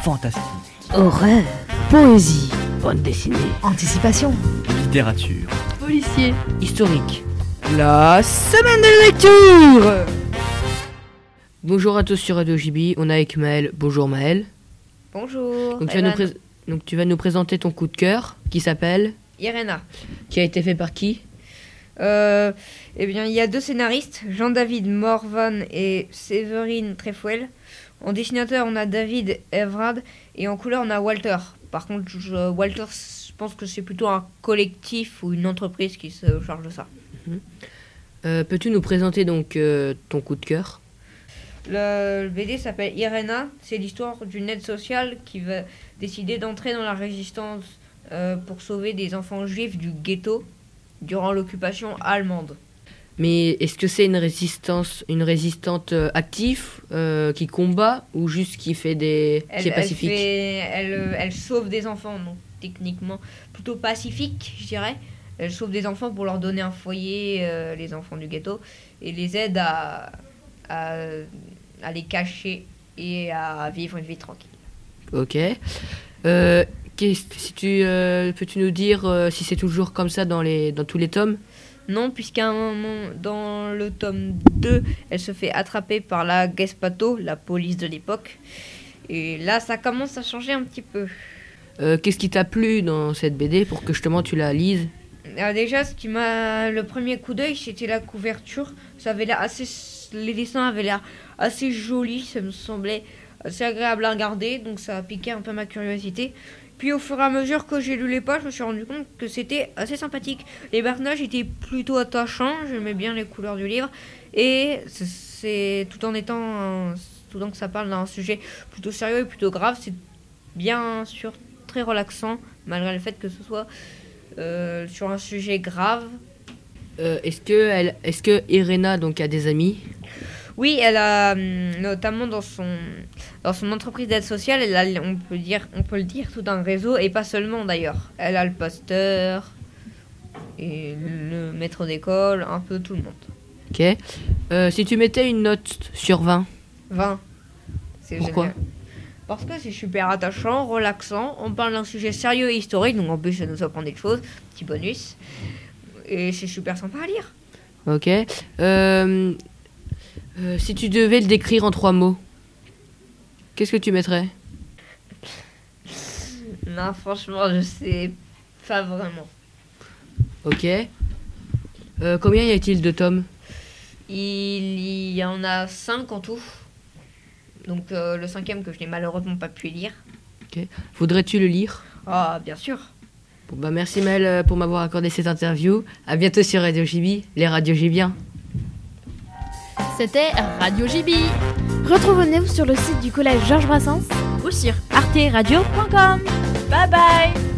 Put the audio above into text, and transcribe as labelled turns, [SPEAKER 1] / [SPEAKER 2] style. [SPEAKER 1] fantastique,
[SPEAKER 2] Horreur. Poésie.
[SPEAKER 3] Bande dessinée.
[SPEAKER 2] Anticipation.
[SPEAKER 1] littérature,
[SPEAKER 3] Policier. Historique.
[SPEAKER 4] La semaine de lecture
[SPEAKER 3] Bonjour à tous sur Radio JB, on est avec Maël. Bonjour Maël.
[SPEAKER 4] Bonjour.
[SPEAKER 3] Donc tu, vas nous prés- Donc tu vas nous présenter ton coup de cœur qui s'appelle.
[SPEAKER 4] Irena.
[SPEAKER 3] Qui a été fait par qui
[SPEAKER 4] Euh, eh bien, il y a deux scénaristes, Jean-David Morvan et Séverine Trefuel. En dessinateur, on a David Evrard et en couleur, on a Walter. Par contre, je- Walter, je pense que c'est plutôt un collectif ou une entreprise qui se charge de ça.
[SPEAKER 3] Euh, Peux-tu nous présenter donc euh, ton coup de cœur
[SPEAKER 4] Le, le BD s'appelle Irena. C'est l'histoire d'une aide sociale qui va décider d'entrer dans la résistance euh, pour sauver des enfants juifs du ghetto durant l'occupation allemande.
[SPEAKER 3] Mais est-ce que c'est une résistance, une résistante euh, active euh, qui combat ou juste qui fait des, qui est pacifique
[SPEAKER 4] Elle, fait- elle, euh, elle sauve des enfants, donc techniquement plutôt pacifique, je dirais. Elle sauve des enfants pour leur donner un foyer, euh, les enfants du ghetto, et les aide à, à, à les cacher et à vivre une vie tranquille.
[SPEAKER 3] Ok. Euh, qu'est-ce- si tu euh, peux-tu nous dire euh, si c'est toujours comme ça dans les dans tous les tomes
[SPEAKER 4] Non, puisqu'à un moment, dans le tome 2, elle se fait attraper par la Gespato, la police de l'époque. Et là, ça commence à changer un petit peu.
[SPEAKER 3] Euh, Qu'est-ce qui t'a plu dans cette BD pour que justement tu la lises
[SPEAKER 4] Ah, déjà, ce qui m'a. Le premier coup d'œil, c'était la couverture. Ça avait l'air assez. Les dessins avaient l'air assez jolis. Ça me semblait assez agréable à regarder. Donc, ça a piqué un peu ma curiosité. Puis, au fur et à mesure que j'ai lu les pages, je me suis rendu compte que c'était assez sympathique. Les personnages étaient plutôt attachants. J'aimais bien les couleurs du livre. Et c'est- c'est. Tout en étant. un- Tout en que ça parle d'un sujet plutôt sérieux et plutôt grave, c'est bien sûr très relaxant. Malgré le fait que ce soit euh, sur un sujet grave.
[SPEAKER 3] Euh, Est-ce que elle est-ce que Irena donc a des amis
[SPEAKER 4] Oui, elle a hum, notamment dans son dans son entreprise d'aide sociale, elle a, on peut dire on peut le dire tout un réseau et pas seulement d'ailleurs. Elle a le pasteur et le maître d'école, un peu tout le monde.
[SPEAKER 3] Ok. Euh, si tu mettais une note sur 20
[SPEAKER 4] 20. C'est
[SPEAKER 3] Pourquoi
[SPEAKER 4] génial. Parce que c'est super attachant, relaxant. On parle d'un sujet sérieux et historique, donc en plus ça nous apprend des choses, petit bonus. Et c'est super sympa à lire.
[SPEAKER 3] Ok. Euh, euh, si tu devais le décrire en trois mots, qu'est-ce que tu mettrais
[SPEAKER 4] Non, franchement, je sais pas vraiment.
[SPEAKER 3] Ok. Euh, combien y a-t-il de tomes
[SPEAKER 4] Il y en a 5 en tout. Donc euh, le cinquième que je n'ai malheureusement pas pu lire.
[SPEAKER 3] Voudrais-tu le lire
[SPEAKER 4] Ah, bien sûr.
[SPEAKER 3] Bon, bah, Merci Mel euh, pour m'avoir accordé cette interview. À bientôt sur Radio JB, les Radio Gibiens.
[SPEAKER 5] C'était Radio JB
[SPEAKER 2] Retrouvez-nous sur le site du collège Georges Brassens
[SPEAKER 5] ou sur arteradio.com. Bye bye